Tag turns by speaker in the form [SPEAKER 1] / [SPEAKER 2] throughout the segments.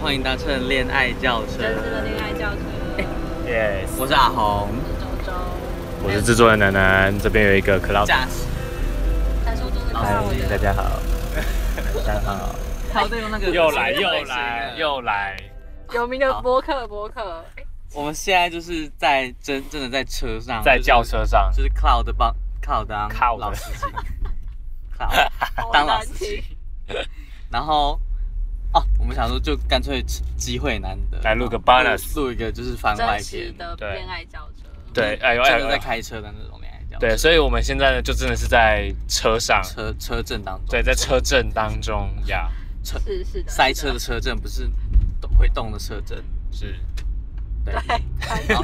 [SPEAKER 1] 欢迎搭乘恋爱轿车。
[SPEAKER 2] 真实的恋爱轿车，
[SPEAKER 3] Yes，
[SPEAKER 1] 我是阿红，
[SPEAKER 2] 周周，
[SPEAKER 3] 我是制作人楠楠，这边有一个 Cloud，
[SPEAKER 1] 驾驶。
[SPEAKER 2] 传说中的
[SPEAKER 1] 嗨
[SPEAKER 2] 看我
[SPEAKER 3] 大
[SPEAKER 2] 的
[SPEAKER 3] 家好，大家好，
[SPEAKER 1] 好，对，用那个
[SPEAKER 3] 又来又
[SPEAKER 1] 啊
[SPEAKER 3] 来又来，
[SPEAKER 2] 有名的博客博客，
[SPEAKER 1] 我们现在就是在真正的在车上，
[SPEAKER 3] 在轿车上
[SPEAKER 1] 就是，就是 Cloud 帮 Cloud 当
[SPEAKER 3] Cloud
[SPEAKER 1] 老司机，Cloud
[SPEAKER 2] 好
[SPEAKER 1] 当老
[SPEAKER 2] 难
[SPEAKER 1] 司
[SPEAKER 2] 听
[SPEAKER 1] 机。然后哦，我们想说就干脆机会难得，
[SPEAKER 3] 来录个 bonus
[SPEAKER 1] 录录一个就是番外
[SPEAKER 2] 真实
[SPEAKER 1] 篇，
[SPEAKER 2] 的
[SPEAKER 3] 对
[SPEAKER 2] 恋爱轿车，
[SPEAKER 3] 对， 哎呦哎
[SPEAKER 1] 真
[SPEAKER 3] 呦
[SPEAKER 1] 的
[SPEAKER 3] 哎
[SPEAKER 1] 在
[SPEAKER 3] 呦，
[SPEAKER 1] 开车的那种恋爱轿车，
[SPEAKER 3] 对，所以我们现在呢，就真的是在车上，
[SPEAKER 1] 车车震当中，
[SPEAKER 3] 对，在车震当中呀，
[SPEAKER 1] 车
[SPEAKER 2] 是是的，
[SPEAKER 1] 塞
[SPEAKER 2] 是
[SPEAKER 1] 车的车震不是动会动的车震，
[SPEAKER 3] 是，
[SPEAKER 1] 对。
[SPEAKER 2] 对，
[SPEAKER 1] 好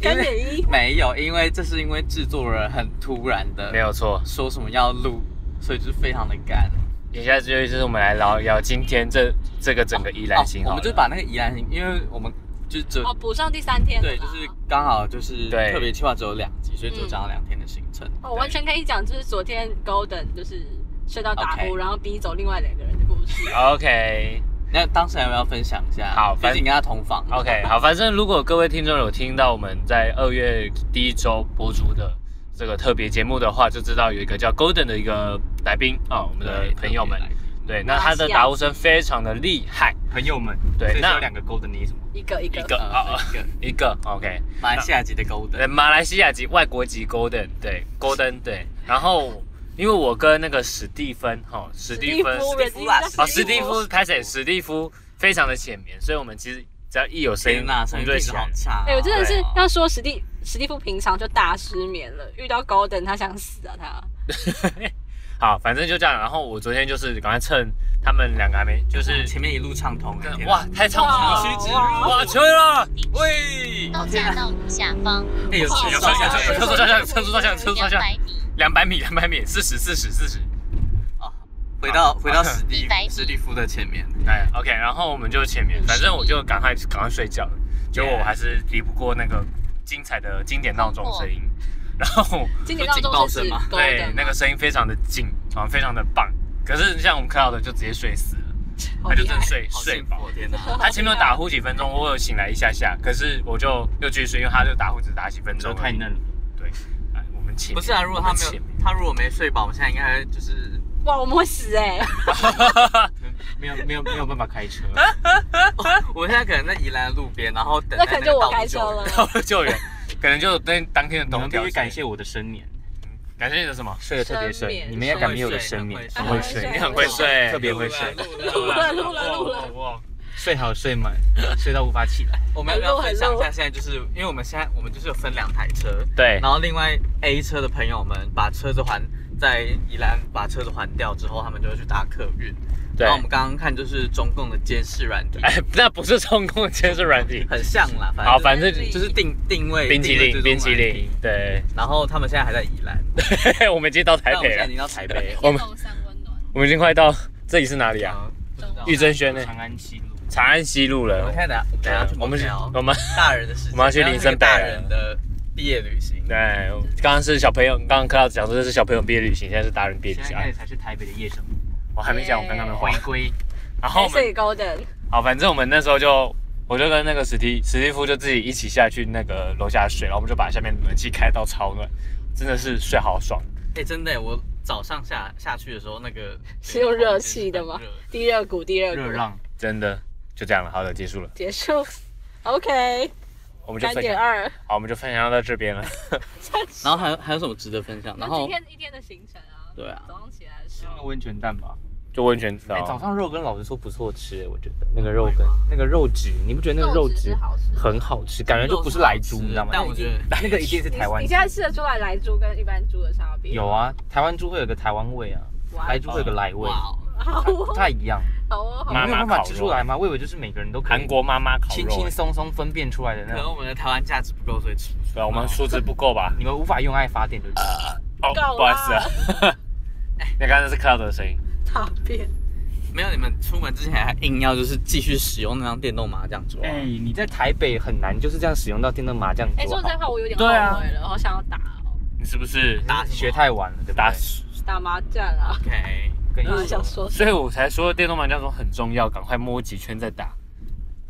[SPEAKER 2] 干点 一，
[SPEAKER 1] 没有，因为这是因为制作人很突然的，
[SPEAKER 3] 没有错。
[SPEAKER 1] 说什么要录，所以就是非常的赶。
[SPEAKER 3] 以下就是我们来聊聊今天这这个整个宜兰行
[SPEAKER 1] 哦
[SPEAKER 3] 好
[SPEAKER 1] 我们
[SPEAKER 3] 了，
[SPEAKER 1] 就把那个宜兰行，因为我们就只有、
[SPEAKER 2] 哦，补上第三天了
[SPEAKER 1] 对，
[SPEAKER 2] 啦，
[SPEAKER 1] 就是刚好就是
[SPEAKER 3] 对嗯
[SPEAKER 1] 特别计划只有两集，所以只有讲了两天的行程。
[SPEAKER 2] 哦，我完全可以讲，就是昨天 Golden 就是睡到打呼，
[SPEAKER 1] OK
[SPEAKER 2] 然后逼走另外两个人的故事，
[SPEAKER 3] OK。
[SPEAKER 1] 那当时还有没有分享一下？
[SPEAKER 3] 好
[SPEAKER 1] 毕
[SPEAKER 3] 反
[SPEAKER 1] 竟跟他同房。
[SPEAKER 3] OK，好，反正如果各位听众有听到我们在二月第一周播出的这个特别节目的话，就知道有一个叫 Golden 的一个来宾啊、哦，我们的
[SPEAKER 1] 对
[SPEAKER 3] 朋友们，
[SPEAKER 1] 特别来宾
[SPEAKER 3] 对，那他的打呼声非常的厉害，
[SPEAKER 4] 朋友们，
[SPEAKER 3] 对
[SPEAKER 4] 所以是
[SPEAKER 3] 那
[SPEAKER 4] 有两个 golden 你什么？
[SPEAKER 2] 一个一个
[SPEAKER 3] 一个
[SPEAKER 1] 呃
[SPEAKER 3] 啊、
[SPEAKER 1] 一个
[SPEAKER 3] 一个 OK，
[SPEAKER 1] 马来西亚籍的 Golden，
[SPEAKER 3] 呃，马来西亚籍外国籍 Golden 对 Golden 对，然后因为我跟那个史蒂芬哈、哦史蒂芬
[SPEAKER 2] 夫
[SPEAKER 1] 史蒂
[SPEAKER 2] 人
[SPEAKER 1] 夫啦
[SPEAKER 3] 哦，
[SPEAKER 1] 史
[SPEAKER 3] 史
[SPEAKER 1] 蒂
[SPEAKER 3] 蒂
[SPEAKER 1] 夫
[SPEAKER 3] 夫拍谁？史蒂夫非常的浅眠，所以我们其实只要一有声音，
[SPEAKER 1] 天呐，
[SPEAKER 3] 我
[SPEAKER 1] 声
[SPEAKER 3] 们
[SPEAKER 1] 音
[SPEAKER 3] 就会
[SPEAKER 1] 品
[SPEAKER 3] 起
[SPEAKER 1] 质好
[SPEAKER 3] 来。
[SPEAKER 1] 差哦。
[SPEAKER 2] 哎、我真的是
[SPEAKER 1] 对哦
[SPEAKER 2] 要说史蒂史蒂夫平常就大失眠了，遇到 Golden 他想死啊他。
[SPEAKER 3] 好，反正就这样。然后我昨天就是赶快趁他们两个还没，就是
[SPEAKER 1] 前面一路畅通。天呐
[SPEAKER 3] 哇，，太畅通了，
[SPEAKER 2] 哇
[SPEAKER 3] 哇，去了，喂，
[SPEAKER 5] 高架道路下方
[SPEAKER 1] 哎有有
[SPEAKER 3] 有车有车有车
[SPEAKER 1] 有
[SPEAKER 3] 速照相车速照相车速照
[SPEAKER 5] 两
[SPEAKER 3] 相
[SPEAKER 5] 百米，
[SPEAKER 3] 两百米，两百米，四十，四十，四十。
[SPEAKER 1] 啊回到回到史蒂
[SPEAKER 5] 一百米
[SPEAKER 1] 史蒂夫的前面。
[SPEAKER 3] 哎，OK，然后我们就前面，反正我就赶快赶快睡觉了。结果我还是敌不过那个精彩的经典闹钟声音，然后
[SPEAKER 2] 经典当中是指
[SPEAKER 1] 警报声吗
[SPEAKER 2] Golden，
[SPEAKER 3] 对那个声音非常的近，然后非常的棒。可是像我们看到的，就直接睡死了，
[SPEAKER 2] 好
[SPEAKER 3] 他就
[SPEAKER 2] 厉
[SPEAKER 3] 真
[SPEAKER 2] 害
[SPEAKER 3] 的睡
[SPEAKER 1] 好
[SPEAKER 3] 睡
[SPEAKER 1] 幸
[SPEAKER 3] 饱
[SPEAKER 1] 福。哦，天哪！
[SPEAKER 3] 他前面有打呼几分钟，我有醒来一下下，可是我就又继续睡，因为他就打呼只打几分
[SPEAKER 4] 你
[SPEAKER 3] 钟
[SPEAKER 4] 说
[SPEAKER 3] 而已。
[SPEAKER 4] 太嫩了，
[SPEAKER 3] 对，哎，我们请
[SPEAKER 1] 不是啊，如果他没
[SPEAKER 3] 我
[SPEAKER 1] 有
[SPEAKER 3] 们
[SPEAKER 1] 他如果没睡饱，我们现在应该会就是
[SPEAKER 2] 哇，我们会死哎、
[SPEAKER 4] 没有没有没有办法开车，
[SPEAKER 1] 我现在可能在宜兰的路边，然后等待
[SPEAKER 2] 那可能
[SPEAKER 1] 个
[SPEAKER 2] 就我
[SPEAKER 1] 道路
[SPEAKER 2] 开
[SPEAKER 1] 救
[SPEAKER 2] 车
[SPEAKER 1] 援
[SPEAKER 2] 了。
[SPEAKER 3] 请 救援，可能就那当天的
[SPEAKER 4] 你
[SPEAKER 3] 冬
[SPEAKER 4] 们必
[SPEAKER 3] 天
[SPEAKER 4] 须感谢我的生年，
[SPEAKER 3] 感谢你的什么？
[SPEAKER 4] 睡得特别
[SPEAKER 2] 深眠
[SPEAKER 4] 深，你们要感谢我的生年，
[SPEAKER 1] 很
[SPEAKER 4] 很
[SPEAKER 1] 会
[SPEAKER 4] 会
[SPEAKER 2] 睡
[SPEAKER 4] 睡，
[SPEAKER 3] 你很会睡，
[SPEAKER 4] 特别会睡，
[SPEAKER 1] 录
[SPEAKER 2] 了录了录了
[SPEAKER 3] 哇，
[SPEAKER 4] 睡好睡满，睡到无法起来。
[SPEAKER 1] 我们要不要分享一下？现在就是因为我们现在我们就是有分两台车，
[SPEAKER 3] 对
[SPEAKER 1] 然后另外 A 车的朋友们把车子还在宜兰把车子还掉之后，他们就会去搭客运。
[SPEAKER 3] 对
[SPEAKER 1] 然后我。们刚刚看就是中共的监视软体，
[SPEAKER 3] 哎，那不是中共监视 软体，
[SPEAKER 1] 很像啦，反正
[SPEAKER 3] 好，反正
[SPEAKER 1] 就
[SPEAKER 3] 就是是
[SPEAKER 1] 定定位
[SPEAKER 3] 冰淇
[SPEAKER 1] 定
[SPEAKER 3] 淋，
[SPEAKER 1] 位
[SPEAKER 3] 冰
[SPEAKER 1] 这
[SPEAKER 3] 淇
[SPEAKER 1] 种软
[SPEAKER 3] 淋
[SPEAKER 1] 体，
[SPEAKER 3] 对，
[SPEAKER 1] 然后他们现在还在宜兰，
[SPEAKER 3] 我们已经到台
[SPEAKER 1] 但我们
[SPEAKER 3] 北啊
[SPEAKER 1] 现
[SPEAKER 3] 哦
[SPEAKER 1] 在已经
[SPEAKER 3] 了，
[SPEAKER 1] 到台北了。
[SPEAKER 3] 我们
[SPEAKER 5] 楼上温暖，
[SPEAKER 3] 我们已经快到这里是哪里啊？
[SPEAKER 1] 不知道
[SPEAKER 3] 玉珍轩呢？
[SPEAKER 4] 长安西 路，
[SPEAKER 3] 长安西路
[SPEAKER 1] 我
[SPEAKER 3] 了啊
[SPEAKER 1] 们。现在等下，我们等下去
[SPEAKER 3] 我们是
[SPEAKER 1] 聊
[SPEAKER 3] 我们
[SPEAKER 1] 大人的事情，
[SPEAKER 3] 我们要去林森北。
[SPEAKER 1] 大人的毕业旅行
[SPEAKER 3] 对，哎刚刚是小朋友，刚刚克劳讲说这是小朋友毕业旅行，现在是大人毕业旅
[SPEAKER 4] 现在
[SPEAKER 3] 行。
[SPEAKER 4] 开
[SPEAKER 3] 哎
[SPEAKER 4] 始哎才是台北的夜生活，
[SPEAKER 3] 我还没讲我刚刚的话
[SPEAKER 4] 回。归
[SPEAKER 3] 然
[SPEAKER 2] 谢
[SPEAKER 3] 后我们
[SPEAKER 2] 谢 Golden，
[SPEAKER 3] 好，反正我们那时候就，我就跟那个史蒂史蒂夫就自己一起下去那个楼下睡，然后我们就把下面冷气开到超暖，真的是睡好爽。
[SPEAKER 1] 哎，真的耶，我早上下下去的时候，那个
[SPEAKER 2] 是用热气的吗
[SPEAKER 1] 热？
[SPEAKER 2] 低热股，低热
[SPEAKER 4] 热
[SPEAKER 2] 股，
[SPEAKER 4] 浪，
[SPEAKER 3] 真的就这样了，好的，结束了，
[SPEAKER 2] 结束。OK，
[SPEAKER 3] 我们就
[SPEAKER 2] 三
[SPEAKER 3] 分
[SPEAKER 2] 点
[SPEAKER 3] 享，
[SPEAKER 2] 二。
[SPEAKER 3] 好，我们就分享到这边
[SPEAKER 4] 哎
[SPEAKER 3] 了。
[SPEAKER 1] 然后还有还有什么值得分享？然
[SPEAKER 2] 那今
[SPEAKER 1] 后
[SPEAKER 2] 天一天的行程啊，
[SPEAKER 1] 对啊
[SPEAKER 2] 早上起来的时
[SPEAKER 4] 那个
[SPEAKER 2] 候，
[SPEAKER 4] 哎温泉蛋吧。
[SPEAKER 3] 就温泉哦
[SPEAKER 4] 哎，早
[SPEAKER 3] 澡，
[SPEAKER 4] 上肉羹老实说不错吃，我觉得那个肉羹那个肉质，你不觉得那个肉
[SPEAKER 2] 质
[SPEAKER 4] 质
[SPEAKER 2] 是好吃的。
[SPEAKER 4] 很好吃，感觉就不是来猪，你知道吗？
[SPEAKER 1] 但我觉得
[SPEAKER 4] 那个一定是台湾
[SPEAKER 2] 你
[SPEAKER 4] 猪。
[SPEAKER 2] 现在吃得出来来猪跟一般猪的差别？
[SPEAKER 4] 有啊，台湾猪会有个台湾味啊，
[SPEAKER 2] 哇
[SPEAKER 4] 来猪会有个来味，
[SPEAKER 1] 哇哦，
[SPEAKER 2] 好哦，
[SPEAKER 4] 不太一样。
[SPEAKER 2] 好哦，
[SPEAKER 4] 你
[SPEAKER 2] 好哦
[SPEAKER 3] 妈
[SPEAKER 4] 没有
[SPEAKER 3] 妈
[SPEAKER 4] 办法
[SPEAKER 3] 烤
[SPEAKER 4] 吃
[SPEAKER 3] 肉
[SPEAKER 4] 出来吗？我以为就是每个人都可以
[SPEAKER 3] 韩国妈妈烤
[SPEAKER 4] 轻
[SPEAKER 3] 肉
[SPEAKER 4] 轻，松松分辨出来的那
[SPEAKER 1] 可能
[SPEAKER 4] 种，
[SPEAKER 1] 我们的台湾价值不够，所以吃不出。
[SPEAKER 3] 对，我们数值不够吧？
[SPEAKER 4] 你们无法用爱发电就知道。
[SPEAKER 3] 哦，
[SPEAKER 2] 够
[SPEAKER 3] 不好意思啊。
[SPEAKER 4] 哎
[SPEAKER 3] 那刚才是克劳德的声音，
[SPEAKER 2] 大便。
[SPEAKER 1] 没有，你们出门之前还硬要就是继续使用那张电动麻将桌啊。
[SPEAKER 2] 嗯
[SPEAKER 4] 哎，你在台北很难就是这样使用到电动麻将
[SPEAKER 2] 哎，
[SPEAKER 4] 桌
[SPEAKER 2] 说
[SPEAKER 4] 好，
[SPEAKER 2] 真话，我有点
[SPEAKER 3] 对啊
[SPEAKER 2] 后悔了，好想要打哦，
[SPEAKER 3] 你是不是
[SPEAKER 1] 打什么
[SPEAKER 4] 学太晚了，对不对？
[SPEAKER 3] 打？
[SPEAKER 2] 打麻将啊。
[SPEAKER 1] OK，
[SPEAKER 4] 跟你
[SPEAKER 2] 我
[SPEAKER 4] 说
[SPEAKER 2] 想，说，
[SPEAKER 3] 所以我才说电动麻将桌很重要，赶快摸几圈再打。